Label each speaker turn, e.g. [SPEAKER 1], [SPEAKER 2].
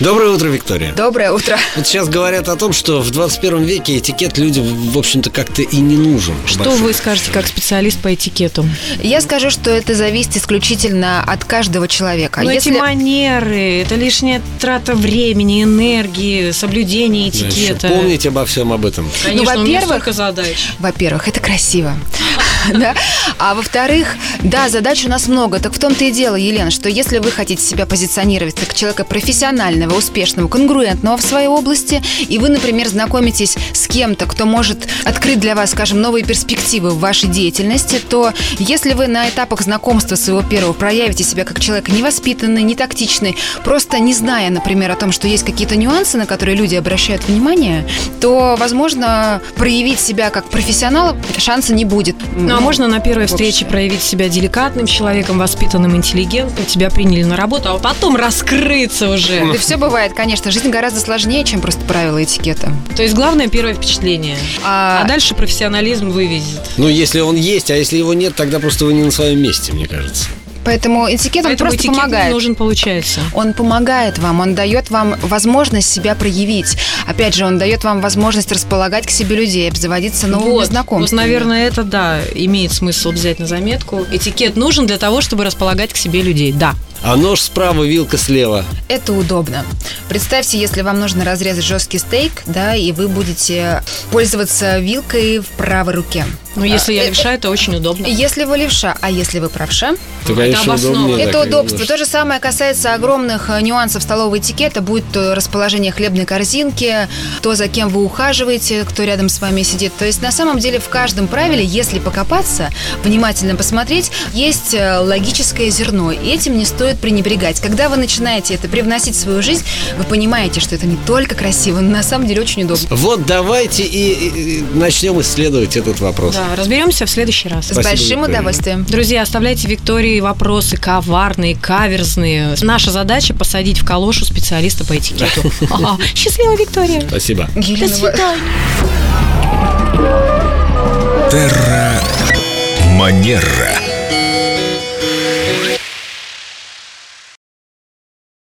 [SPEAKER 1] Доброе утро, Виктория.
[SPEAKER 2] Доброе утро.
[SPEAKER 1] Вот сейчас говорят о том, что в 21 веке этикет людям, в общем-то, как-то и не нужен. по
[SPEAKER 3] Что
[SPEAKER 1] большому
[SPEAKER 3] вы скажете как специалист по этикету?
[SPEAKER 2] Я скажу, что это зависит исключительно от каждого человека.
[SPEAKER 3] Но
[SPEAKER 2] А Если-
[SPEAKER 3] Ну, эти манеры, это лишняя трата времени, энергии, соблюдение
[SPEAKER 1] счету.
[SPEAKER 3] этикета.
[SPEAKER 1] Помнить обо всем об этом.
[SPEAKER 3] Конечно,
[SPEAKER 2] Ну,
[SPEAKER 3] у меня
[SPEAKER 2] во-первых,
[SPEAKER 3] столько задач.
[SPEAKER 2] Во-первых, это красиво. Да? А во-вторых, да, задач у нас много. Так в том-то и дело, Елена, что если вы хотите себя позиционировать как человека профессионального, успешного, конгруентного в своей области, и вы, например, знакомитесь с кем-то, кто может открыть для вас, скажем, новые перспективы в вашей деятельности, то если вы на этапах знакомства своего первого проявите себя как человек невоспитанный, не тактичный, просто не зная, например, о том, что есть какие-то нюансы, на которые люди обращают внимание, то, возможно, проявить себя как профессионала шанса не будет.
[SPEAKER 3] Ну, а можно на первой
[SPEAKER 2] Вообще.
[SPEAKER 3] встрече проявить себя деликатным человеком, воспитанным, интеллигентным, тебя приняли на работу, а потом раскрыться уже.
[SPEAKER 2] Да все бывает, конечно. Жизнь гораздо сложнее, чем просто правила этикета.
[SPEAKER 3] То есть главное первое впечатление.
[SPEAKER 2] А,
[SPEAKER 3] А дальше профессионализм вывезет.
[SPEAKER 1] Ну, если он есть, а если его нет, тогда просто вы не на своем месте, мне кажется.
[SPEAKER 2] Поэтому этикет, он
[SPEAKER 3] Поэтому
[SPEAKER 2] просто
[SPEAKER 3] этикет не
[SPEAKER 2] помогает.
[SPEAKER 3] нужен, получается.
[SPEAKER 2] Он помогает вам, он дает вам возможность себя проявить. Опять же, он дает вам возможность располагать к себе людей, обзаводиться новыми
[SPEAKER 3] вот,
[SPEAKER 2] знакомствами.
[SPEAKER 3] Вот, наверное, это, да, имеет смысл взять на заметку. Этикет нужен для того, чтобы располагать к себе людей, да.
[SPEAKER 1] А нож справа, вилка слева.
[SPEAKER 2] Это удобно. Представьте, если вам нужно разрезать жесткий стейк, да, и вы будете пользоваться вилкой в правой руке.
[SPEAKER 3] Но Ну, если я
[SPEAKER 2] э,
[SPEAKER 3] левша, это очень удобно.
[SPEAKER 2] Если вы левша, а если вы правша,
[SPEAKER 1] То,
[SPEAKER 3] Это
[SPEAKER 1] конечно,
[SPEAKER 3] обоснованно.
[SPEAKER 1] удобнее. да,
[SPEAKER 2] это
[SPEAKER 1] когда
[SPEAKER 2] удобство.
[SPEAKER 1] нож.
[SPEAKER 2] То же самое касается огромных э, нюансов столового этикета, будь то расположение хлебной корзинки, то, за кем вы ухаживаете, кто рядом с вами сидит. То есть, на самом деле, в каждом правиле, если покопаться, внимательно посмотреть, есть э, логическое зерно. И этим не стоит пренебрегать. Когда вы начинаете это привносить в свою жизнь, вы понимаете, что это не только красиво, но на самом деле очень удобно.
[SPEAKER 1] Вот давайте и, и- и начнем исследовать этот вопрос.
[SPEAKER 3] Да, разберемся в следующий раз.
[SPEAKER 1] Спасибо,
[SPEAKER 2] С большим
[SPEAKER 1] Виктория.
[SPEAKER 2] удовольствием.
[SPEAKER 3] Друзья, оставляйте Виктории вопросы коварные, каверзные. Наша задача посадить в калошу специалиста по этикету. А, Счастливо, Виктория.
[SPEAKER 1] Спасибо.
[SPEAKER 3] До
[SPEAKER 2] Елена, вы-
[SPEAKER 3] свидания.
[SPEAKER 4] Манера.